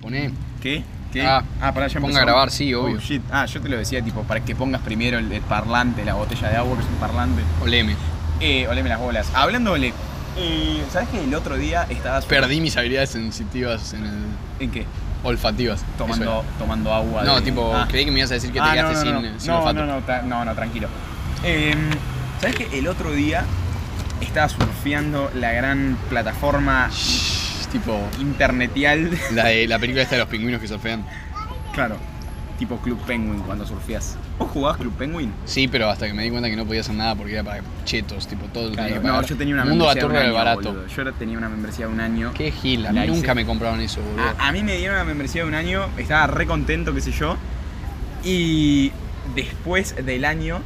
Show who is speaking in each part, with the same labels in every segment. Speaker 1: Poné.
Speaker 2: ¿Qué? ¿Qué?
Speaker 1: Ah,
Speaker 2: pará, ya
Speaker 1: ponga
Speaker 2: empezó.
Speaker 1: a grabar, sí, obvio.
Speaker 2: Oh, shit. Ah, yo te lo decía, tipo, para que pongas primero el, el parlante, la botella de agua, que es un parlante.
Speaker 1: Oleme.
Speaker 2: Eh, oleme las bolas. Hablando, ole. Eh, ¿Sabes que el otro día estabas.
Speaker 1: Perdí mis habilidades sensitivas en el-
Speaker 2: ¿En qué?
Speaker 1: olfativas. Eso
Speaker 2: Tomando, tomando agua.
Speaker 1: era. No,
Speaker 2: de-
Speaker 1: tipo,
Speaker 2: Ah.
Speaker 1: creí que me ibas a decir que te
Speaker 2: Ah,
Speaker 1: quedaste
Speaker 2: no, no,
Speaker 1: sin,
Speaker 2: no.
Speaker 1: sin
Speaker 2: no,
Speaker 1: olfato.
Speaker 2: No, no, ta- no, no, tranquilo. ¿Sabes que el otro día estaba surfeando la gran plataforma
Speaker 1: Shhh, tipo,
Speaker 2: internetial?
Speaker 1: la, de- la película esta de los pingüinos que surfean.
Speaker 2: Claro, tipo Club Penguin cuando surfeas. ¿Vos jugabas Club Penguin?
Speaker 1: Sí, pero hasta que me di cuenta que no podía hacer nada porque era para chetos, tipo, todo el
Speaker 2: Claro, no, yo tenía una
Speaker 1: Mundo
Speaker 2: membresía de un
Speaker 1: Gaturro era
Speaker 2: año,
Speaker 1: barato.
Speaker 2: boludo. Yo era- tenía una membresía de un año.
Speaker 1: Qué gil, a mí
Speaker 2: La hice. Ah,
Speaker 1: nunca me compraron eso, boludo.
Speaker 2: A, a mí me dieron una membresía de un año, estaba re contento, qué sé yo. Y después del año,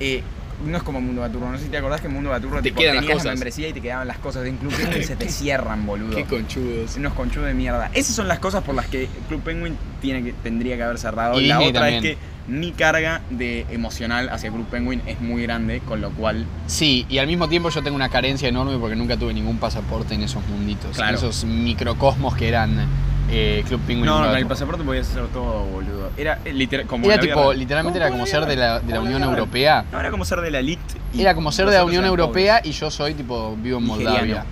Speaker 2: eh, no es como Mundo Baturro, no sé si te acordás que en Mundo Baturro
Speaker 1: Te
Speaker 2: tipo,
Speaker 1: quedan las
Speaker 2: tenías la
Speaker 1: cosas.
Speaker 2: membresía y te quedaban las cosas de un club Penguin y se te cierran, boludo.
Speaker 1: Qué conchudos.
Speaker 2: unos conchudos de mierda. Esas son las cosas por las que Club Penguin tiene que, tendría que haber cerrado.
Speaker 1: Y
Speaker 2: la
Speaker 1: Disney
Speaker 2: otra
Speaker 1: también.
Speaker 2: es que mi carga de emocional hacia Club Penguin es muy grande, con lo cual
Speaker 1: Sí, y al mismo tiempo yo tengo una carencia enorme porque nunca tuve ningún pasaporte en esos munditos,
Speaker 2: Claro.
Speaker 1: en esos microcosmos que eran eh, Club Penguin.
Speaker 2: No,
Speaker 1: Mundo
Speaker 2: no, con el
Speaker 1: Gaturro.
Speaker 2: pasaporte podías hacer todo, boludo. Era eh, literal, como
Speaker 1: Era
Speaker 2: la vida
Speaker 1: tipo,
Speaker 2: real.
Speaker 1: literalmente era como ser de la, de la
Speaker 2: Como
Speaker 1: Unión
Speaker 2: vida real.
Speaker 1: Europea.
Speaker 2: No, era como ser de la elite. y
Speaker 1: Era como ser de la
Speaker 2: nosotros
Speaker 1: Unión
Speaker 2: éramos
Speaker 1: Europea y yo soy tipo, vivo en
Speaker 2: Nigeriano.
Speaker 1: Moldavia.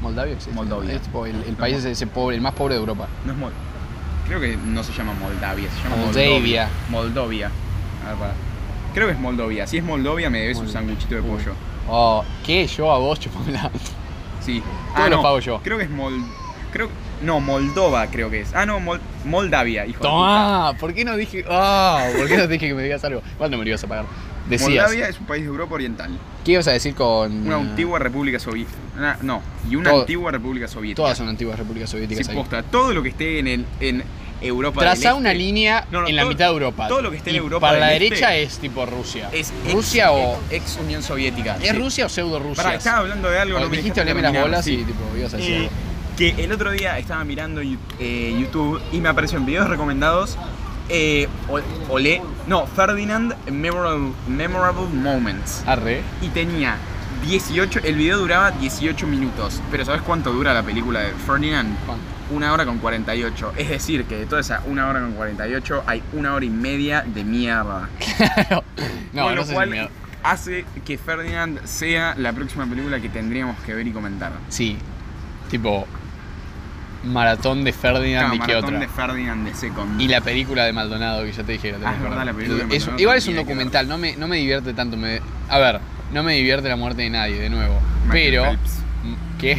Speaker 1: ¿Moldavia existe?
Speaker 2: Moldavia.
Speaker 1: Es tipo el, el país ese, ese pobre, el más pobre de Europa.
Speaker 2: pobres. No es Moldavia. Creo que no se llama Moldavia, se llama
Speaker 1: Moldavia.
Speaker 2: Moldavia. Moldovia. A ver, pará. Creo que es Moldovia. Si es Moldovia, me debes un
Speaker 1: Moldavia.
Speaker 2: sanguchito de
Speaker 1: Uy.
Speaker 2: pollo.
Speaker 1: Oh, ¿qué? Yo a vos, chupamela.
Speaker 2: Sí. Ah,
Speaker 1: Todo lo pago yo.
Speaker 2: Creo que es Mol... Creo... No, Moldova creo que es. Ah, no, Mol- Moldavia, hijo de puta.
Speaker 1: Tomá, ¿por qué no dije, ah, ¿por qué no dije que me digas algo? ¿Cuándo me lo ibas a pagar? Decías,
Speaker 2: Moldavia es un país de Europa Oriental.
Speaker 1: ¿qué ibas a decir con...?
Speaker 2: Una antigua república soviética. No, y una
Speaker 1: Todo-
Speaker 2: antigua república soviética.
Speaker 1: Todas son antiguas repúblicas soviéticas
Speaker 2: Sí,
Speaker 1: ahí.
Speaker 2: posta, todo lo que esté en, el, en Europa del
Speaker 1: Trazá una
Speaker 2: Este
Speaker 1: línea
Speaker 2: No, no,
Speaker 1: en la
Speaker 2: todo-
Speaker 1: mitad de Europa.
Speaker 2: todo lo que esté en
Speaker 1: Y
Speaker 2: Europa
Speaker 1: Para la
Speaker 2: del
Speaker 1: derecha
Speaker 2: Este
Speaker 1: es tipo Rusia.
Speaker 2: es ex-
Speaker 1: Rusia o.
Speaker 2: ex Unión Soviética.
Speaker 1: ¿Es Rusia o pseudo Rusia?
Speaker 2: Para, estaba hablando de algo. no me
Speaker 1: dijiste
Speaker 2: dejaste
Speaker 1: oleme las
Speaker 2: terminar,
Speaker 1: bolas
Speaker 2: sí.
Speaker 1: y tipo ibas a decir.
Speaker 2: Eh,
Speaker 1: algo.
Speaker 2: que el otro día estaba mirando Yu- eh, YouTube y me aparecieron videos recomendados. Eh, o- Olé, no, Ferdinand Memorable, Memorable Moments.
Speaker 1: Arre.
Speaker 2: Y tenía 18, el video duraba 18 minutos. Pero ¿sabes cuánto dura la película de Ferdinand?
Speaker 1: Juan.
Speaker 2: Una hora con 48. Es decir, que de toda esa una hora con 48 hay una hora y media de mierda.
Speaker 1: No,
Speaker 2: con
Speaker 1: no
Speaker 2: lo
Speaker 1: sé si
Speaker 2: cual
Speaker 1: me da-
Speaker 2: hace que Ferdinand sea la próxima película que tendríamos que ver y comentar.
Speaker 1: Sí. Tipo. Maratón de Ferdinand
Speaker 2: Claro,
Speaker 1: y qué
Speaker 2: Maratón
Speaker 1: otra.
Speaker 2: de Ferdinand de Second.
Speaker 1: Y la película de Maldonado, que ya te dije. La tenés
Speaker 2: Ah, es
Speaker 1: que
Speaker 2: verdad,
Speaker 1: ver.
Speaker 2: la película de
Speaker 1: Es-
Speaker 2: Maldonado
Speaker 1: igual es un
Speaker 2: tenía que
Speaker 1: documental, no me, no me divierte tanto. Me, a ver, no me divierte la muerte de nadie, de nuevo.
Speaker 2: Michael
Speaker 1: pero.
Speaker 2: Phelps.
Speaker 1: ¿Qué?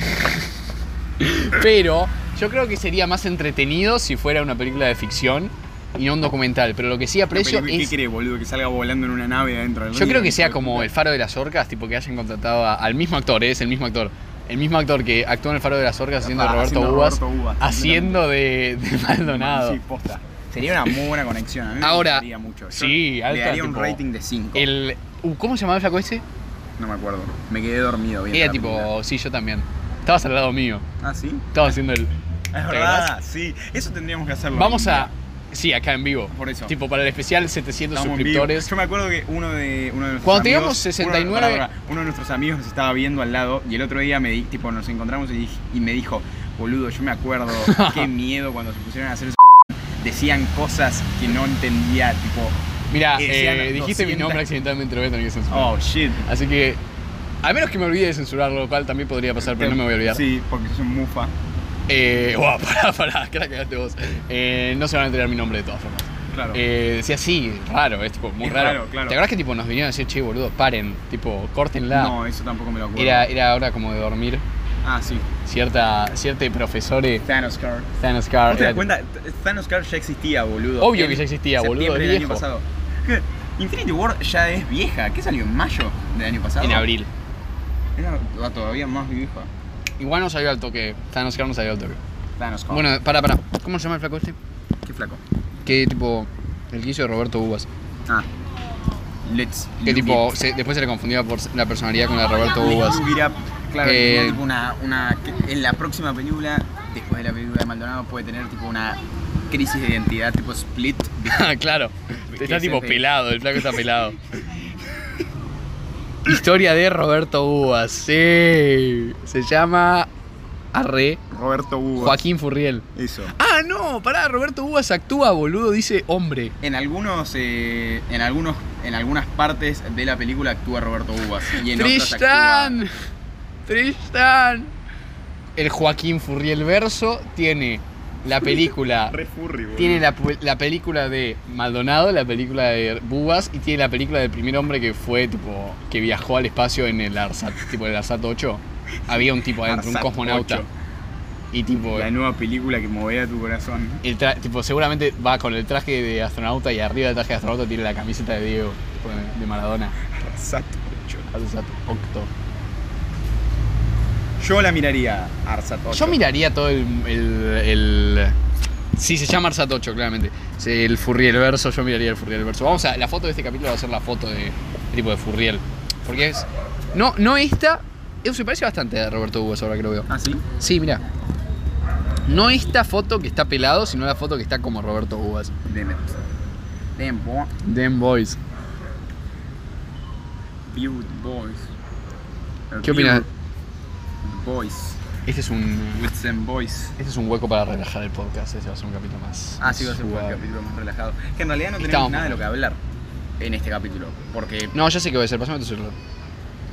Speaker 1: Pero yo creo que sería más entretenido si fuera una película de ficción y no un documental. Pero lo que sí aprecio
Speaker 2: Pero, ¿Qué
Speaker 1: es.
Speaker 2: cree, boludo? Que salga volando en una nave adentro del
Speaker 1: Yo
Speaker 2: río,
Speaker 1: creo que
Speaker 2: hijo
Speaker 1: sea
Speaker 2: de
Speaker 1: como
Speaker 2: puta.
Speaker 1: El Faro de las Orcas, tipo que hayan contratado a- al mismo actor, ¿eh? es el mismo actor. El mismo actor que actuó en El Faro de las Orcas haciendo de
Speaker 2: Ah,
Speaker 1: Roberto
Speaker 2: haciendo
Speaker 1: Uvas,
Speaker 2: Roberto Uvas,
Speaker 1: haciendo de, de Maldonado.
Speaker 2: Sí, posta. Sería una muy buena conexión. A mí
Speaker 1: Ahora,
Speaker 2: me gustaría mucho. Yo
Speaker 1: sí,
Speaker 2: le
Speaker 1: alta,
Speaker 2: daría un
Speaker 1: tipo,
Speaker 2: rating de 5.
Speaker 1: El, uh, ¿Cómo se llamaba el flaco ese?
Speaker 2: No me acuerdo. Me quedé dormido. viendo
Speaker 1: Era
Speaker 2: la película.
Speaker 1: tipo, sí, yo también. Estabas al lado mío,
Speaker 2: Ah, sí.
Speaker 1: estaba haciendo el.
Speaker 2: Es verdad,
Speaker 1: acordás?
Speaker 2: sí. Eso tendríamos que hacerlo.
Speaker 1: Vamos
Speaker 2: algún
Speaker 1: a.
Speaker 2: día.
Speaker 1: Sí, acá en vivo.
Speaker 2: Por eso.
Speaker 1: Tipo, para el especial 700
Speaker 2: Estamos en vivo.
Speaker 1: suscriptores.
Speaker 2: Yo me acuerdo que uno de, uno de nuestros
Speaker 1: Cuando
Speaker 2: amigos,
Speaker 1: teníamos 69
Speaker 2: uno, pará, pará, uno de nuestros amigos nos estaba viendo al lado y el otro día me di- tipo, nos encontramos y, dij- y me dijo, boludo, yo me acuerdo, qué miedo cuando se pusieron a hacer eso. Decían cosas que no entendía, tipo,
Speaker 1: Mira,
Speaker 2: Eh, decían
Speaker 1: dijiste mi
Speaker 2: 200.
Speaker 1: nombre accidentalmente, lo voy a tener que censurar.
Speaker 2: oh shit.
Speaker 1: Así que, al menos que me olvide de censurar, lo cual también podría pasar, pero no me voy a olvidar.
Speaker 2: Sí, porque sos un mufa.
Speaker 1: Eh, guau, pará, pará, que la cagaste vos. Eh, no se van a enterar mi nombre de todas formas.
Speaker 2: Claro.
Speaker 1: Eh, decía, sí, raro, es tipo, muy
Speaker 2: Es
Speaker 1: raro.
Speaker 2: raro, claro.
Speaker 1: ¿Te acuerdas que tipo, nos vinieron a decir, che, boludo, paren, tipo, córtenla?
Speaker 2: no, eso tampoco me lo acuerdo.
Speaker 1: era, era hora como de dormir.
Speaker 2: Ah, sí.
Speaker 1: Cierta, cierta profesore,
Speaker 2: Thanos Car.
Speaker 1: Thanos Carr.
Speaker 2: ¿Vos te das
Speaker 1: era-
Speaker 2: cuenta? T- Thanos Car ya existía, boludo.
Speaker 1: Obvio
Speaker 2: En
Speaker 1: que ya existía, boludo,
Speaker 2: septiembre
Speaker 1: es
Speaker 2: del año
Speaker 1: viejo.
Speaker 2: pasado. Infinity War ya es vieja. ¿Qué salió en mayo del año pasado?
Speaker 1: En abril.
Speaker 2: Era la todavía más vieja.
Speaker 1: Igual no salió al toque, Thanos Carr no salió al toque.
Speaker 2: Thanos Car.
Speaker 1: Bueno, pará, pará. ¿Cómo se llama el flaco este?
Speaker 2: qué flaco.
Speaker 1: Que tipo, el que hizo de Roberto Uvas.
Speaker 2: Ah. Let's.
Speaker 1: Que
Speaker 2: look
Speaker 1: tipo,
Speaker 2: it.
Speaker 1: se- después se le confundía por la personalidad con la de Roberto
Speaker 2: Let's
Speaker 1: Uvas.
Speaker 2: look it up. Claro,
Speaker 1: Eh,
Speaker 2: no, tipo una, una- que En la próxima película, después de la película de Maldonado, puede tener tipo una crisis de identidad, tipo split. ¿viste?
Speaker 1: Ah, claro.
Speaker 2: ¿Qué
Speaker 1: Está
Speaker 2: es este?
Speaker 1: tipo
Speaker 2: ese?
Speaker 1: pelado, el flaco está pelado. Historia de Roberto Uvas, sí. Se llama Arre.
Speaker 2: Roberto Hugo.
Speaker 1: Joaquín Furriel.
Speaker 2: Eso.
Speaker 1: Ah, no, pará, Roberto Uvas actúa, boludo, dice hombre.
Speaker 2: En algunos, eh, en algunos, en algunas partes de la película actúa Roberto Uvas y en otras actúa.
Speaker 1: Tristan. Tristan. El Joaquín Furriel verso tiene la película
Speaker 2: Re furry, boludo.
Speaker 1: Tiene la, pu- la película de Maldonado, la película de Bubas y tiene la película del primer hombre que fue tipo que viajó al espacio en el ARSAT, tipo el ARSAT 8. Había un tipo adentro,
Speaker 2: Arsat
Speaker 1: un cosmonauta.
Speaker 2: 8,
Speaker 1: Y tipo,
Speaker 2: La nueva película que moverá tu corazón.
Speaker 1: el tra- tipo, seguramente va con el traje de astronauta y arriba del traje de astronauta tiene la camiseta de Diego, tipo, de- de Maradona.
Speaker 2: Arsat 8.
Speaker 1: ARSAT 8.
Speaker 2: Yo la miraría, Arsat 8.
Speaker 1: Yo miraría todo el, el, el- Sí, se llama Arsat 8, claramente. Sí, El Furriel verso, yo miraría el Furriel verso. Vamos a. La foto de este capítulo va a ser la foto de tipo de Furriel. Porque es. No, no esta. Eso se parece bastante a Roberto Hugo ahora que lo veo.
Speaker 2: ¿Ah, sí?
Speaker 1: Sí, mira. No esta foto que está pelado, sino la foto que está como Roberto Uvas.
Speaker 2: Damn it. Damn boy.
Speaker 1: Damn boys.
Speaker 2: Beaut boys.
Speaker 1: ¿Qué opinas?
Speaker 2: Boys.
Speaker 1: Este es un.
Speaker 2: With them boys.
Speaker 1: Este es un hueco para relajar el podcast. Este va a ser un capítulo más.
Speaker 2: Ah, sí, va a ser un
Speaker 1: suave.
Speaker 2: capítulo más relajado. Que en realidad no tenemos
Speaker 1: Estamos-
Speaker 2: nada de lo que hablar en este capítulo. Porque,
Speaker 1: No, ya sé qué voy a hacer. Pásame tu celular.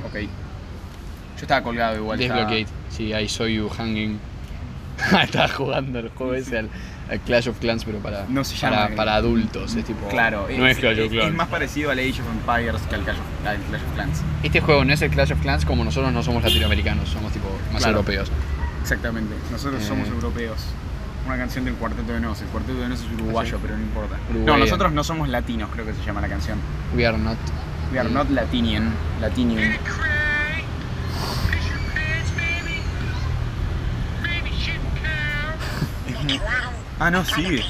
Speaker 2: ok. Yo estaba colgado igual. estaba-
Speaker 1: Desbloqueate. Sí, I saw you hanging. Estaba jugando el juego ese al, al Clash of Clans, pero para,
Speaker 2: No se
Speaker 1: para,
Speaker 2: llama-
Speaker 1: para adultos. Es tipo.
Speaker 2: Claro,
Speaker 1: no eh, es, Clash of
Speaker 2: es,
Speaker 1: Clans.
Speaker 2: más parecido al Age of Empires que al Clash of, al Clash of Clans.
Speaker 1: Este juego no es el Clash of Clans como nosotros no somos latinoamericanos, somos tipo más
Speaker 2: Claro.
Speaker 1: europeos.
Speaker 2: Exactamente. Nosotros
Speaker 1: Eh.
Speaker 2: somos europeos. Una canción del Cuarteto de Nos. El Cuarteto de Nos es uruguayo,
Speaker 1: Ah, sí.
Speaker 2: pero no importa. No,
Speaker 1: Uruguayan.
Speaker 2: nosotros no somos latinos, creo que se llama la canción.
Speaker 1: We are not.
Speaker 2: We are
Speaker 1: Mm.
Speaker 2: not Latinian. Latinian. Ah, no, sí.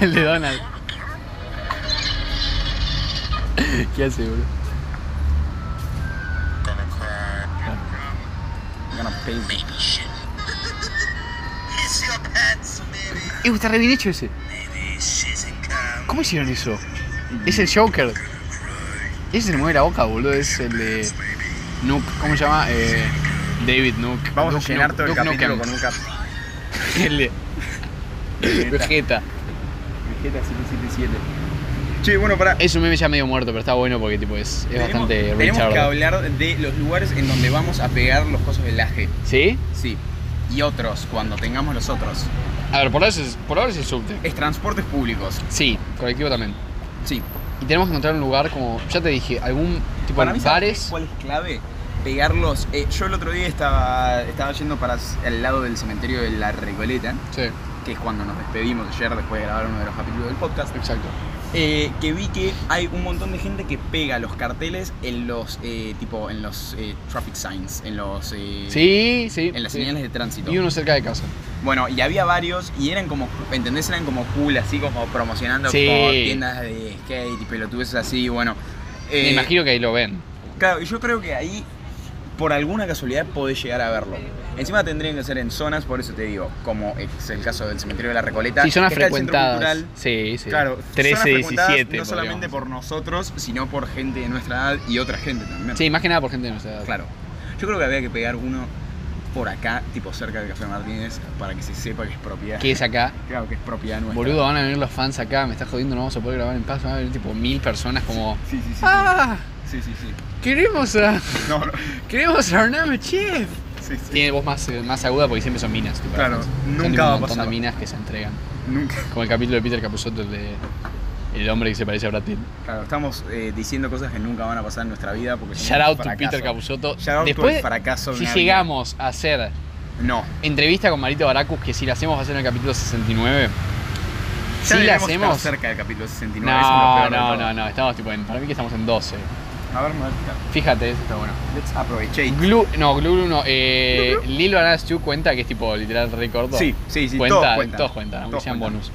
Speaker 1: el de Donald. ¿Qué hace, bro?
Speaker 2: Gonna pay me.
Speaker 1: Eh, está re bien hecho ese. ¿Cómo hicieron eso? Es el Joker. Ese le mueve la boca, boludo. Es el de. Nook. ¿Cómo se llama? Eh, David Nook.
Speaker 2: Vamos
Speaker 1: Duke
Speaker 2: a llenar
Speaker 1: Nuke-
Speaker 2: todo el
Speaker 1: Duke
Speaker 2: capítulo
Speaker 1: Nukem.
Speaker 2: con un cap.
Speaker 1: El de. Vegeta.
Speaker 2: Vegeta 777. Che, bueno, para.
Speaker 1: Es un meme ya medio muerto, pero está bueno porque tipo es, es bastante
Speaker 2: tenemos que
Speaker 1: Richard.
Speaker 2: hablar de los lugares en donde vamos a pegar los cosas del laje.
Speaker 1: ¿Sí?
Speaker 2: Sí. Y otros, cuando tengamos los otros.
Speaker 1: A ver, por ahora es, por ahora es el subte.
Speaker 2: Es transportes públicos.
Speaker 1: Sí, colectivo también.
Speaker 2: Sí.
Speaker 1: Y tenemos que encontrar un lugar como, ya te dije, algún tipo
Speaker 2: Para
Speaker 1: de
Speaker 2: mí, ¿sabes
Speaker 1: bares.
Speaker 2: ¿cuál es clave? Pegarlos. eh, yo el otro día estaba, estaba yendo para el lado del cementerio de la Recoleta,
Speaker 1: Sí,
Speaker 2: que es cuando nos despedimos ayer después de grabar uno de los capítulos del podcast.
Speaker 1: exacto.
Speaker 2: eh, que vi que hay un montón de gente que pega los carteles en los eh, tipo en los eh, traffic signs, en los eh,
Speaker 1: Sí, sí.
Speaker 2: en las
Speaker 1: sí.
Speaker 2: señales de tránsito.
Speaker 1: Y uno cerca de casa.
Speaker 2: Bueno, y había varios y eran como, ¿entendés? Eran como cool, así como promocionando
Speaker 1: Sí.
Speaker 2: como tiendas de skate y pelotudes así, bueno.
Speaker 1: Me
Speaker 2: eh,
Speaker 1: imagino que ahí lo ven.
Speaker 2: Claro, y yo creo que ahí, por alguna casualidad, podés llegar a verlo. Encima tendrían que ser en zonas, por eso te digo, como es el caso del cementerio de la Recoleta.
Speaker 1: Sí, zonas
Speaker 2: que está el centro
Speaker 1: frecuentadas.
Speaker 2: cultural,
Speaker 1: Sí, sí.
Speaker 2: Claro,
Speaker 1: 13,
Speaker 2: zonas frecuentadas
Speaker 1: 17.
Speaker 2: No solamente por
Speaker 1: podríamos.
Speaker 2: nosotros, sino por gente de nuestra edad y otra gente también.
Speaker 1: Sí, más que nada por gente de nuestra edad.
Speaker 2: Claro. Yo creo que había que pegar uno por acá, tipo cerca del Café Martínez, para que se sepa que es propiedad.
Speaker 1: Que es acá.
Speaker 2: Claro, que es propiedad nuestra.
Speaker 1: Boludo, van a venir los fans acá, me estás jodiendo, no vamos a poder grabar en paz. Van a venir tipo mil personas como.
Speaker 2: Sí, sí, sí.
Speaker 1: ¡Ah!
Speaker 2: Sí, sí, sí.
Speaker 1: Queremos a.
Speaker 2: No, no.
Speaker 1: Queremos a Orname Chef.
Speaker 2: Sí, sí.
Speaker 1: Tiene voz más, eh, más aguda porque siempre son minas. tipo,
Speaker 2: Claro,
Speaker 1: las fans.
Speaker 2: nunca
Speaker 1: Son tipo
Speaker 2: va a
Speaker 1: un montón
Speaker 2: pasar.
Speaker 1: de minas que se entregan.
Speaker 2: Nunca.
Speaker 1: Como el capítulo de Peter Capusotto, el de. El hombre que se parece a Brad Pitt.
Speaker 2: Claro, estamos eh, diciendo cosas que nunca van a pasar en nuestra vida porque somos
Speaker 1: Shout out
Speaker 2: un
Speaker 1: to
Speaker 2: fracaso.
Speaker 1: Peter Capusotto.
Speaker 2: Shout out to
Speaker 1: Después,
Speaker 2: el fracaso de
Speaker 1: si
Speaker 2: una vida.
Speaker 1: llegamos a hacer
Speaker 2: No.
Speaker 1: entrevista con Marito Baracus, que si la hacemos va a ser en el capítulo 69.
Speaker 2: Ya
Speaker 1: Si la
Speaker 2: deberíamos estar
Speaker 1: hacemos.
Speaker 2: cerca del capítulo 69. eso es lo
Speaker 1: No,
Speaker 2: peor de
Speaker 1: no,
Speaker 2: todo.
Speaker 1: no, no, estamos tipo en, para mí que estamos en 12.
Speaker 2: A ver, Marta,
Speaker 1: Fíjate, eso está bueno.
Speaker 2: let's aprovechate.
Speaker 1: Glu, no, Glu Glu no, eh, Lilo Anas Chu cuenta que es tipo literal récord.
Speaker 2: Sí, sí, sí,
Speaker 1: cuenta,
Speaker 2: todos cuentan.
Speaker 1: todos cuentan, aunque
Speaker 2: Todos
Speaker 1: sean
Speaker 2: cuentan.
Speaker 1: bonus.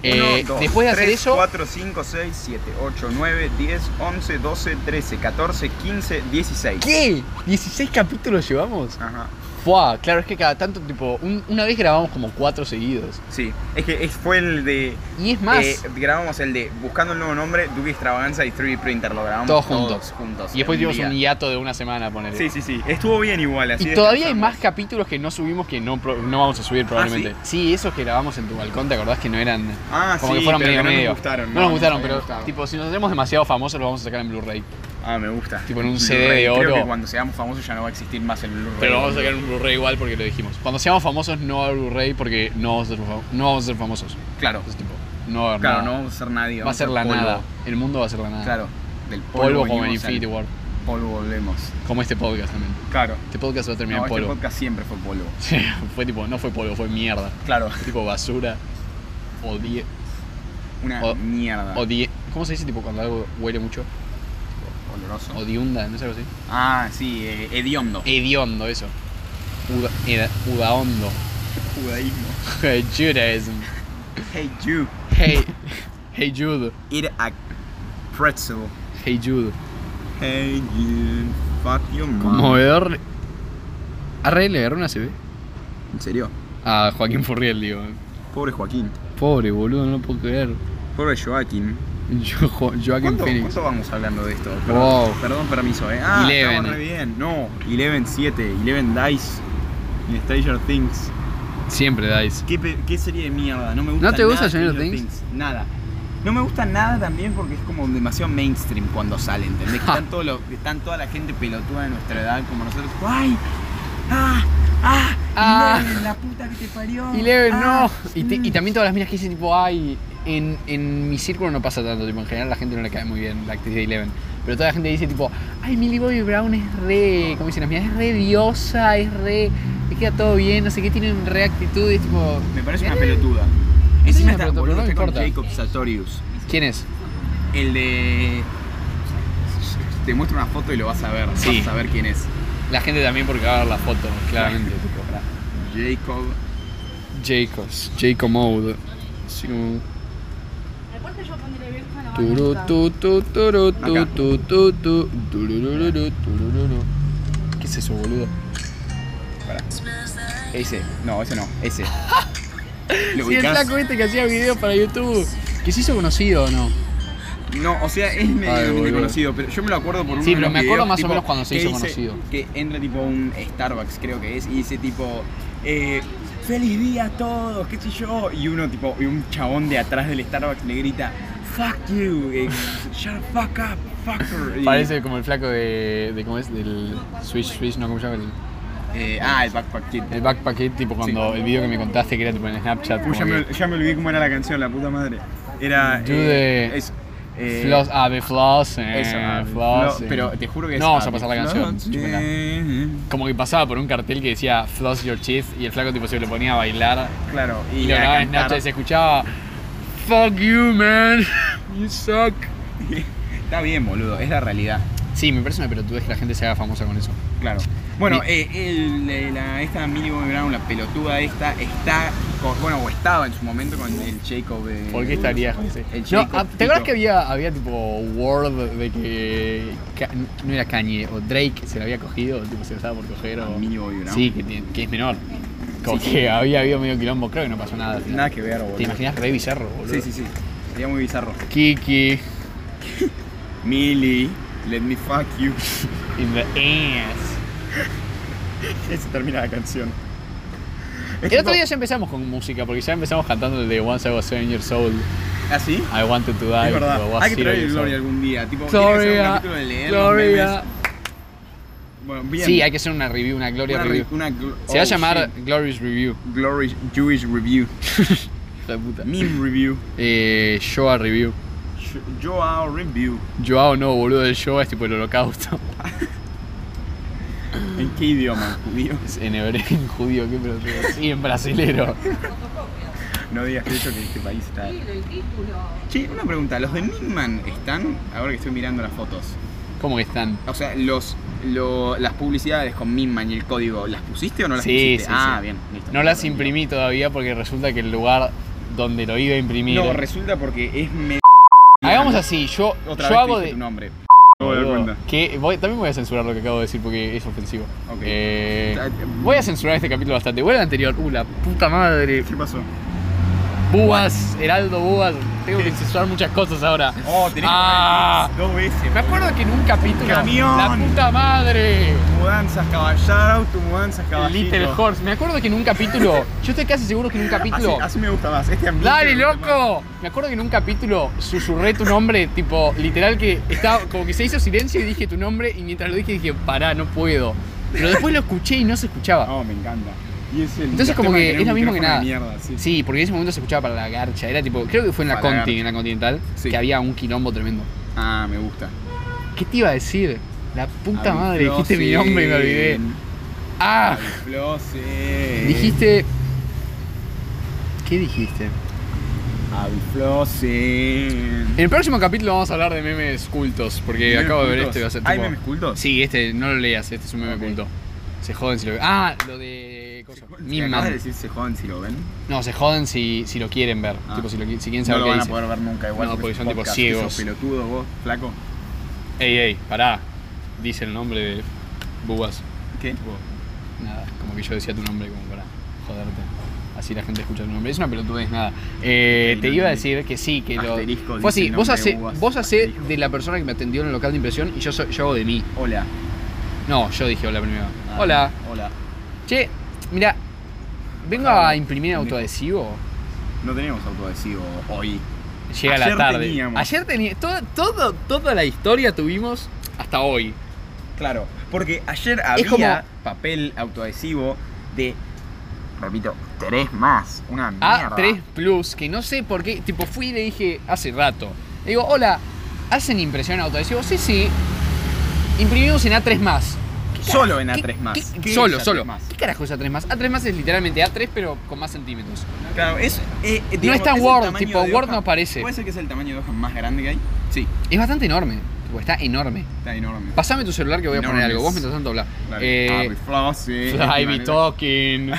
Speaker 1: Eh, después de hacer eso,
Speaker 2: 4, 5, 6, 7, 8, 9, 10, 11, 12, 13, 14, 15, 16.
Speaker 1: ¿qué? ¿16 capítulos llevamos?
Speaker 2: Ajá.
Speaker 1: Fua, claro, es que cada tanto, tipo, un- una vez grabamos como cuatro seguidos.
Speaker 2: Sí, es que es- fue el de.
Speaker 1: Y es más.
Speaker 2: eh, grabamos el de Buscando el nuevo nombre, Duque Extravaganza y 3D Printer. Lo grabamos
Speaker 1: Todos
Speaker 2: todos,
Speaker 1: juntos.
Speaker 2: juntos.
Speaker 1: y después
Speaker 2: en
Speaker 1: tuvimos un
Speaker 2: día.
Speaker 1: hiato de una semana, poner.
Speaker 2: Sí, sí, sí. Estuvo bien igual. Así
Speaker 1: Y todavía hay
Speaker 2: descansamos.
Speaker 1: más capítulos que no subimos que no, pro- no vamos a subir probablemente. sí? esos que grabamos en tu balcón, ¿te acordás que no eran
Speaker 2: Ah,
Speaker 1: como
Speaker 2: sí,
Speaker 1: que fueron
Speaker 2: pero
Speaker 1: medio
Speaker 2: que no
Speaker 1: medio?
Speaker 2: nos gustaron.
Speaker 1: No nos gustaron,
Speaker 2: habían
Speaker 1: pero
Speaker 2: gustado.
Speaker 1: tipo, si nos hacemos demasiado famosos, lo vamos a sacar en Blu-ray.
Speaker 2: Ah, me gusta.
Speaker 1: tipo en un
Speaker 2: Blu-ray.
Speaker 1: CD de
Speaker 2: Creo
Speaker 1: oro.
Speaker 2: que cuando seamos famosos ya no va a existir más el Blu-ray.
Speaker 1: Pero vamos a sacar un Blu-ray igual porque lo dijimos. Cuando seamos famosos, no va a Blu-ray porque no vamos a ser, fam- no vamos a ser famosos.
Speaker 2: Claro,
Speaker 1: Entonces, tipo, Pues, no va a haber
Speaker 2: claro,
Speaker 1: nada.
Speaker 2: no vamos a ser nadie.
Speaker 1: Va a
Speaker 2: vamos
Speaker 1: ser la
Speaker 2: polvo.
Speaker 1: nada. El mundo va a ser la nada.
Speaker 2: Claro, del polvo.
Speaker 1: Polvo como en
Speaker 2: venimos al
Speaker 1: Infinity War.
Speaker 2: Polvo volvemos.
Speaker 1: Como este podcast también.
Speaker 2: Claro.
Speaker 1: Este podcast va a terminar
Speaker 2: No,
Speaker 1: en
Speaker 2: este
Speaker 1: polvo.
Speaker 2: podcast siempre fue polvo.
Speaker 1: fue tipo, no fue polvo, fue mierda.
Speaker 2: Claro,
Speaker 1: Tipo basura. Odie.
Speaker 2: una
Speaker 1: O-
Speaker 2: mierda.
Speaker 1: Odie. ¿Cómo se dice tipo cuando algo huele mucho?
Speaker 2: Oloroso.
Speaker 1: Odiunda, ¿no es algo así?
Speaker 2: Ah, sí, eh, hediondo.
Speaker 1: Hediondo, eso. Uda, eda- udaondo.
Speaker 2: Judaísmo.
Speaker 1: Hey, Judaism.
Speaker 2: Hey, you.
Speaker 1: Hey. Hey, Jude.
Speaker 2: Eat a pretzel.
Speaker 1: Hey, Jude.
Speaker 2: Hey, you. Fuck your mom.
Speaker 1: Conmovedor. Arre, le agarró una CB.
Speaker 2: En serio.
Speaker 1: A Joaquín Furriel, digo.
Speaker 2: Pobre Joaquín.
Speaker 1: Pobre, boludo, no lo puedo creer.
Speaker 2: Pobre Joaquín.
Speaker 1: Jo- Joaquín
Speaker 2: ¿Cuánto,
Speaker 1: Phoenix.
Speaker 2: cuánto vamos hablando de esto? Perdón,
Speaker 1: Wow.
Speaker 2: perdón, permiso, ¿eh? Ah,
Speaker 1: Eleven.
Speaker 2: estamos re bien. No, Eleven 7, Eleven Dice y Stranger Things.
Speaker 1: Siempre dais.
Speaker 2: ¿Qué, pe- qué serie de mierda? No me gusta
Speaker 1: ¿No te
Speaker 2: nada
Speaker 1: gusta Stranger Things?
Speaker 2: Nada. No me gusta nada también porque es como demasiado mainstream cuando sale, ¿entendés? Que
Speaker 1: Ja.
Speaker 2: Están, todos los- están toda la gente pelotuda de nuestra edad como nosotros. ¡Ay! ¡Ah! ¡Ah!
Speaker 1: Ah.
Speaker 2: Eleven, la puta que te parió.
Speaker 1: Y Leven,
Speaker 2: Ah,
Speaker 1: no. Y, te- y
Speaker 2: mm.
Speaker 1: también todas las minas que dicen, tipo, ay, en, en mi círculo no pasa tanto, tipo, en general la gente no le cae muy bien la actriz de Eleven. Pero toda la gente dice, tipo, ay, Millie Bobby Brown es re, como dicen las minas, es re diosa, es re, le queda todo bien, no sé qué, tienen re actitudes, tipo,
Speaker 2: Me parece una pelotuda. Encima
Speaker 1: una
Speaker 2: está,
Speaker 1: pelotuda, pero
Speaker 2: boludo,
Speaker 1: no
Speaker 2: está con
Speaker 1: importa.
Speaker 2: Jacob Sartorius.
Speaker 1: ¿quién es?
Speaker 2: El de. Te muestro una foto y lo vas a ver.
Speaker 1: Sí.
Speaker 2: Vas a saber quién es.
Speaker 1: La gente también porque va a ver la foto, claramente, tipo, pará.
Speaker 2: Jacob.
Speaker 1: Jacobs, Jacob Mode. Así como...
Speaker 3: Aparte yo pondré vieja la
Speaker 1: turu, tu, tu, turu, tu,
Speaker 2: Acá.
Speaker 1: tu, tu, tu, turururu, turururu. ¿Qué es eso, boludo?
Speaker 2: Pará. Ese. No, ese no. Ese. ¿Lo
Speaker 1: Sí, el
Speaker 2: ubicás?
Speaker 1: flaco este que hacía videos para YouTube. Que se hizo conocido o no.
Speaker 2: No, o sea, es medio
Speaker 1: Ay, boludo.
Speaker 2: conocido, pero yo me lo acuerdo por uno
Speaker 1: Sí,
Speaker 2: de
Speaker 1: pero
Speaker 2: los
Speaker 1: me acuerdo
Speaker 2: videos,
Speaker 1: más o
Speaker 2: tipo,
Speaker 1: menos cuando se
Speaker 2: que
Speaker 1: hizo
Speaker 2: dice-
Speaker 1: conocido.
Speaker 2: Que entra tipo a un Starbucks, creo que es, y dice tipo, eh, feliz día a todos, qué sé yo, y uno tipo, y un chabón de atrás del Starbucks le grita, fuck you, eh, shut the fuck up, fucker. y-
Speaker 1: Parece como el flaco de. de ¿Cómo es? Del Switch Switch, no, ¿cómo se llama?
Speaker 2: eh, ah, el backpack kid.
Speaker 1: El, el Backpack Kid, tipo cuando el video que me contaste que era tipo en Snapchat.
Speaker 2: Uy,
Speaker 1: como
Speaker 2: ya,
Speaker 1: que-
Speaker 2: me, ya me olvidé cómo era la canción, la puta madre. Era.
Speaker 1: Do the-
Speaker 2: es, eh,
Speaker 1: Floss, ave floss, eh,
Speaker 2: Eso, Abby
Speaker 1: floss,
Speaker 2: Floss,
Speaker 1: eh.
Speaker 2: pero te juro que es
Speaker 1: No vamos a
Speaker 2: Abby
Speaker 1: pasar la canción.
Speaker 2: Floss,
Speaker 1: chúpenla.
Speaker 2: eh,
Speaker 1: Como que pasaba por un cartel que decía floss your teeth y el flaco tipo se lo ponía a bailar.
Speaker 2: Claro, y,
Speaker 1: Y, lo
Speaker 2: a
Speaker 1: grababa en
Speaker 2: cantar.
Speaker 1: Snapchat y se escuchaba. Fuck you, man. You suck.
Speaker 2: Está bien, boludo, es la realidad.
Speaker 1: Sí, me parece una pelotudez que la gente se haga famosa con eso.
Speaker 2: Claro. Bueno, eh, el- eh, la, esta Millie Bobby Brown, la pelotuda esta, está, con- bueno, o estaba en su momento con el Jacob. eh,
Speaker 1: ¿Por qué estaría José?
Speaker 2: El
Speaker 1: No,
Speaker 2: Jacob
Speaker 1: ah, ¿Te acuerdas
Speaker 2: Tito.
Speaker 1: que había, había tipo Word de que Ka- no era Kanye o Drake se la había cogido, tipo se la estaba por coger
Speaker 2: A
Speaker 1: o
Speaker 2: Millie Bobby Brown.
Speaker 1: sí, que, tiene- que es menor. Como
Speaker 2: Sí,
Speaker 1: que
Speaker 2: sí.
Speaker 1: había habido medio quilombo, creo que no pasó nada. al final.
Speaker 2: Nada que ver, boludo.
Speaker 1: ¿Te imaginas re bizarro, boludo?
Speaker 2: Sí, sí, sí. Sería muy bizarro.
Speaker 1: Kiki
Speaker 2: Millie, let me fuck you.
Speaker 1: in the ass.
Speaker 2: Esa termina la canción. Es
Speaker 1: El otro
Speaker 2: tipo-
Speaker 1: día ya empezamos con música, porque ya empezamos cantando el de Once I Was Seven Years Old,
Speaker 2: ¿Ah, sí?
Speaker 1: I Wanted to Die,
Speaker 2: es verdad.
Speaker 1: tipo, I was
Speaker 2: Hay que
Speaker 1: zero
Speaker 2: traer el
Speaker 1: years
Speaker 2: Gloria
Speaker 1: old.
Speaker 2: algún día. Tipo, tiene que ser un
Speaker 1: Gloria,
Speaker 2: capítulo de leer los
Speaker 1: Gloria.
Speaker 2: memes. Bueno, bien.
Speaker 1: Sí, hay que hacer una review, una Gloria
Speaker 2: una, re-
Speaker 1: review.
Speaker 2: una gl-
Speaker 1: Se va a
Speaker 2: oh,
Speaker 1: llamar
Speaker 2: shit.
Speaker 1: Glorious Review.
Speaker 2: Glory Jewish Review.
Speaker 1: Hija de puta.
Speaker 2: Meme Review.
Speaker 1: Eh, Shoah Review.
Speaker 2: Sh- Joao Review.
Speaker 1: Joao no, boludo, el Shoah es tipo el holocausto.
Speaker 2: ¿En qué idioma? ¿Judío?
Speaker 1: Es en hebreo, en judío, qué pelotudo. Sí, en brasilero.
Speaker 2: No digas que yo que este país está...
Speaker 3: el título.
Speaker 2: Che, una pregunta. ¿Los de Mingman están? Ahora que estoy mirando las fotos.
Speaker 1: ¿Cómo que están?
Speaker 2: O sea, los, lo- las publicidades con Mingman y el código, ¿las pusiste o no las
Speaker 1: Sí,
Speaker 2: pusiste?
Speaker 1: sí,
Speaker 2: ah,
Speaker 1: sí.
Speaker 2: bien, listo.
Speaker 1: No las
Speaker 2: Perfecto.
Speaker 1: imprimí todavía porque resulta que el lugar donde lo iba a imprimir.
Speaker 2: No, resulta porque es me...
Speaker 1: Hagamos así, yo,
Speaker 2: Otra
Speaker 1: yo
Speaker 2: vez
Speaker 1: hago
Speaker 2: te dije
Speaker 1: de.
Speaker 2: tu nombre. acabo de dar
Speaker 1: Boludo,
Speaker 2: cuenta.
Speaker 1: que voy- también voy a censurar lo que acabo de decir porque es ofensivo.
Speaker 2: Ok. em,
Speaker 1: Eh,
Speaker 2: Ta- ta-
Speaker 1: voy a censurar este capítulo bastante. Voy al anterior. Uh, la puta madre.
Speaker 2: ¿Qué pasó?
Speaker 1: Búas, Heraldo Búas. Tengo que censurar muchas cosas ahora.
Speaker 2: Oh, tenés
Speaker 1: Ah.
Speaker 2: que poner dos veces.
Speaker 1: Me acuerdo que en un capítulo.
Speaker 2: Camión.
Speaker 1: La puta madre.
Speaker 2: Mudanzas, caballero, tu mudanzas, caballito.
Speaker 1: Little Horse. Me acuerdo que en un capítulo. Yo estoy casi seguro que en un capítulo.
Speaker 2: Así, así me gusta más. Este ambiente.
Speaker 1: ¡Dale,
Speaker 2: me gusta más.
Speaker 1: loco! Me acuerdo que en un capítulo susurré tu nombre, tipo, literal que estaba, como que se hizo silencio y dije tu nombre y mientras lo dije dije, pará, no puedo. Pero después lo escuché y no se escuchaba.
Speaker 2: Oh, me encanta. Y es el
Speaker 1: Entonces como
Speaker 2: tema de
Speaker 1: que
Speaker 2: tener
Speaker 1: es lo
Speaker 2: un
Speaker 1: mismo que nada.
Speaker 2: micrófono de Mierda, sí.
Speaker 1: Sí, porque en ese momento se escuchaba para la garcha. Era tipo, creo que fue en la
Speaker 2: Para la
Speaker 1: Conti,
Speaker 2: garcha.
Speaker 1: en la Continental,
Speaker 2: Sí.
Speaker 1: que había un quilombo tremendo.
Speaker 2: Ah, me gusta.
Speaker 1: ¿Qué te iba a decir? La puta
Speaker 2: Abby
Speaker 1: madre, dijiste mi
Speaker 2: Flossy.
Speaker 1: nombre y me olvidé. ¡Ah!
Speaker 2: Abby Flossy.
Speaker 1: Dijiste... ¿Qué dijiste?
Speaker 2: Abby Flossy.
Speaker 1: En el próximo capítulo vamos a hablar de memes cultos, porque
Speaker 2: ¿Memes
Speaker 1: Eh, acabo de ver
Speaker 2: cultos?
Speaker 1: esto y va a ser tipo...
Speaker 2: ¿Hay memes cultos?
Speaker 1: Sí, este no lo leas, este es un meme
Speaker 2: Ok.
Speaker 1: culto. Se joden si lo Ah, lo de. cosa.
Speaker 2: Mi
Speaker 1: Mimman.
Speaker 2: acabas de decir se joden si lo ven.
Speaker 1: No, se joden si, si lo quieren ver.
Speaker 2: Ah.
Speaker 1: Tipo, si, lo, qui- si quieren
Speaker 2: No
Speaker 1: saber
Speaker 2: lo
Speaker 1: qué
Speaker 2: van a
Speaker 1: dice.
Speaker 2: poder ver nunca igual.
Speaker 1: No, porque
Speaker 2: es
Speaker 1: son tipo
Speaker 2: podcast,
Speaker 1: ciegos.
Speaker 2: que sos pelotudo vos, flaco.
Speaker 1: Ey, ey, pará. Dice el nombre de Bubas.
Speaker 2: ¿Qué?
Speaker 1: Tipo, nada, como que yo decía tu nombre como para joderte. Así la gente escucha tu nombre. Es una pelotudez, nada. Eh,
Speaker 2: Ok,
Speaker 1: te
Speaker 2: no
Speaker 1: iba a
Speaker 2: entendí.
Speaker 1: decir que sí, que lo.
Speaker 2: Asterisco
Speaker 1: Fue
Speaker 2: dice
Speaker 1: así,
Speaker 2: el
Speaker 1: vos
Speaker 2: nombre de
Speaker 1: hace,
Speaker 2: Bubas,
Speaker 1: vos hace
Speaker 2: asterisco.
Speaker 1: de la persona que me atendió en el local de impresión y yo, soy- yo hago de mí.
Speaker 2: Hola.
Speaker 1: No, yo dije hola primero.
Speaker 2: Ah,
Speaker 1: Hola.
Speaker 2: Hola.
Speaker 1: Che, mira, vengo
Speaker 2: Ah,
Speaker 1: a imprimir
Speaker 2: pendejo.
Speaker 1: autoadhesivo.
Speaker 2: No tenemos autoadhesivo hoy.
Speaker 1: Llega la
Speaker 2: Ayer
Speaker 1: tarde.
Speaker 2: teníamos.
Speaker 1: Ayer teníamos. Todo, todo, toda la historia tuvimos hasta hoy.
Speaker 2: Claro, porque ayer había
Speaker 1: como-
Speaker 2: papel autoadhesivo de. Repito, tres más. Una mierda.
Speaker 1: A3 Plus, que no sé por qué. Tipo, fui y le dije hace rato. Le digo, hola, ¿hacen impresión autoadhesivo? Sí, sí. Imprimimos en A3 más. ¿Qué
Speaker 2: Solo en
Speaker 1: carajo-
Speaker 2: A3
Speaker 1: qué-
Speaker 2: más.
Speaker 1: qué-
Speaker 2: ¿Qué
Speaker 1: solo,
Speaker 2: es A3
Speaker 1: solo.
Speaker 2: más?
Speaker 1: ¿Qué carajo es A3 más? A3 más es literalmente A3, pero con más centímetros.
Speaker 2: Claro, es. eh, digamos,
Speaker 1: No está
Speaker 2: es el
Speaker 1: Word,
Speaker 2: tamaño
Speaker 1: tipo,
Speaker 2: de
Speaker 1: Word
Speaker 2: hoja.
Speaker 1: no aparece.
Speaker 2: ¿Puede ser que es el tamaño de hoja más grande que hay? Sí,
Speaker 1: Es bastante enorme. Tipo, está enorme.
Speaker 2: está enorme.
Speaker 1: Pasame tu celular que voy a poner
Speaker 2: Enormes.
Speaker 1: algo. Vos mientras tanto habla.
Speaker 2: Claro.
Speaker 1: Eh,
Speaker 2: Abby Ah, pues, Flossy. este
Speaker 1: Fly
Speaker 2: Manera-
Speaker 1: me talking.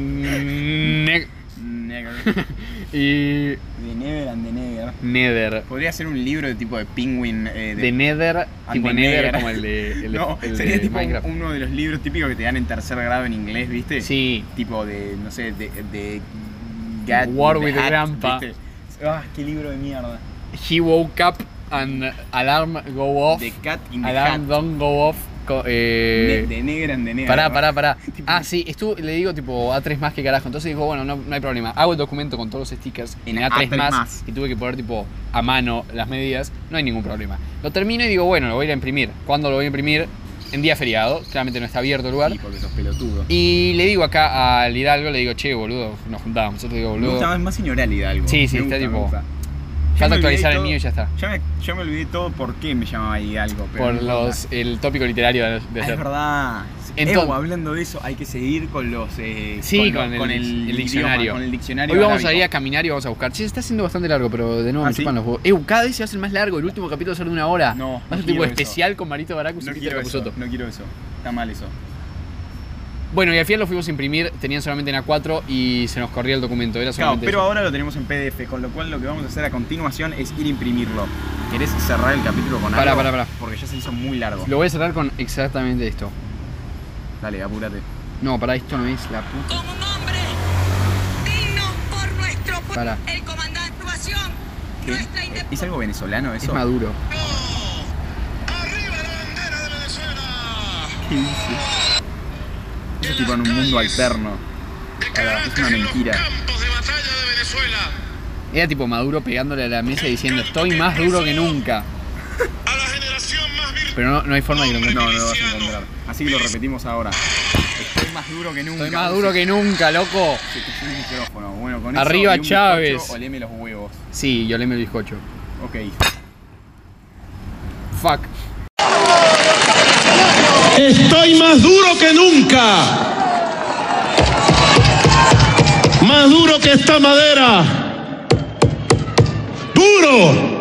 Speaker 1: Ne-
Speaker 2: Nigger.
Speaker 1: y
Speaker 2: De Never and the Never.
Speaker 1: Nether.
Speaker 2: Podría ser un libro de tipo de Penguin. eh,
Speaker 1: De Nether, tipo
Speaker 2: de
Speaker 1: Nether
Speaker 2: Nether.
Speaker 1: como el de, el de-
Speaker 2: no,
Speaker 1: el
Speaker 2: sería
Speaker 1: de
Speaker 2: tipo un-
Speaker 1: Minecraft.
Speaker 2: uno de los libros típicos que te dan en tercer grado en inglés, ¿viste?
Speaker 1: Sí,
Speaker 2: Tipo de, no sé, de. de
Speaker 1: War
Speaker 2: de
Speaker 1: with
Speaker 2: Hat,
Speaker 1: Grandpa.
Speaker 2: ¿viste? Ah, qué libro de mierda.
Speaker 1: he woke up and alarm go off.
Speaker 2: The Cat in the
Speaker 1: Alarm
Speaker 2: Hat.
Speaker 1: don't go off. co- eh,
Speaker 2: Ne- de Negra en de Negra.
Speaker 1: Pará, pará, pará. Ah, sí, estuvo, le digo tipo A3 más que carajo. Entonces dijo, bueno, no, no hay problema. Hago el documento con todos los stickers en
Speaker 2: En
Speaker 1: A3,
Speaker 2: A3
Speaker 1: más
Speaker 2: más.
Speaker 1: y tuve que poner tipo a mano las medidas. No hay ningún problema. Lo termino y digo, bueno, lo voy a ir a imprimir. ¿Cuándo lo voy a imprimir? En día feriado. Claramente no está abierto el lugar.
Speaker 2: Sí, porque sos pelotudo.
Speaker 1: Y le digo acá al Hidalgo, le digo, che, boludo, nos juntábamos. Yo te digo,
Speaker 2: Me gusta
Speaker 1: boludo,
Speaker 2: más, más señoralidad algo.
Speaker 1: Sí, sí,
Speaker 2: Me
Speaker 1: está
Speaker 2: gusta, me
Speaker 1: tipo-
Speaker 2: gusta. Ya
Speaker 1: falta
Speaker 2: me olvidé
Speaker 1: actualizar el
Speaker 2: todo-
Speaker 1: mío y ya está.
Speaker 2: Ya me, yo me olvidé todo por qué me llamaba Hidalgo. pero
Speaker 1: Por
Speaker 2: no
Speaker 1: los, el tópico literario de
Speaker 2: Ah,
Speaker 1: ayer.
Speaker 2: es verdad.
Speaker 1: Entonces-
Speaker 2: Evo, hablando de eso, hay que seguir con los. eh,
Speaker 1: Sí,
Speaker 2: lo-
Speaker 1: con el- el
Speaker 2: idioma,
Speaker 1: diccionario.
Speaker 2: con el diccionario.
Speaker 1: Hoy vamos a
Speaker 2: arábico.
Speaker 1: ir a caminar y vamos a buscar. Sí, se está haciendo bastante largo, pero de nuevo
Speaker 2: Ah,
Speaker 1: me
Speaker 2: ¿sí?
Speaker 1: chupan los huevos. Eh, cada vez se hace más largo. El último capítulo va a ser de una hora.
Speaker 2: No,
Speaker 1: Va a ser
Speaker 2: no
Speaker 1: tipo
Speaker 2: quiero
Speaker 1: especial con Marito Baracus
Speaker 2: No
Speaker 1: y Peter
Speaker 2: quiero, eso,
Speaker 1: Capusotto.
Speaker 2: no quiero eso. Está mal eso.
Speaker 1: Bueno, y al final lo fuimos a imprimir. Tenían solamente en A4 y se nos corría el documento. Era
Speaker 2: Claro,
Speaker 1: solamente
Speaker 2: pero
Speaker 1: eso.
Speaker 2: ahora lo tenemos en PDF, con lo cual lo que vamos a hacer a continuación es ir a imprimirlo. ¿Querés cerrar el capítulo con
Speaker 1: Pará,
Speaker 2: algo?
Speaker 1: pará, pará.
Speaker 2: Porque ya se hizo muy largo.
Speaker 1: Lo voy a cerrar con exactamente esto.
Speaker 2: Dale, apúrate.
Speaker 1: No, para esto no es la puta.
Speaker 4: como un hombre digno por nuestro pueblo.
Speaker 1: Pará.
Speaker 4: El comandante de actuación,
Speaker 2: ¿Qué?
Speaker 4: nuestra
Speaker 2: ¿Es
Speaker 4: independencia.
Speaker 2: algo venezolano eso?
Speaker 1: Es maduro.
Speaker 5: ¡Arriba la bandera de Venezuela!
Speaker 2: ¿Qué dice? Eso es tipo en un mundo alterno. Ahora, es
Speaker 5: Declaraste
Speaker 2: una
Speaker 5: en los
Speaker 2: mentira.
Speaker 5: campos de batalla de Venezuela
Speaker 1: Era tipo maduro pegándole a la mesa y diciendo, estoy más duro que nunca.
Speaker 5: a la generación más virtuosa.
Speaker 1: Pero no, no hay forma de que lo encuentre.
Speaker 2: No, no lo vas a encontrar. Así que lo repetimos ahora. Estoy más duro que nunca.
Speaker 1: Estoy más duro que nunca, loco.
Speaker 2: Se te fue el micrófono. Bueno, con
Speaker 1: Arriba
Speaker 2: eso, y un
Speaker 1: Chávez.
Speaker 2: bizcocho, Oleme los huevos.
Speaker 1: Sí, yo le me el bizcocho.
Speaker 2: Ok.
Speaker 1: Fuck.
Speaker 6: Estoy más duro que nunca. Más duro que esta madera. Duro.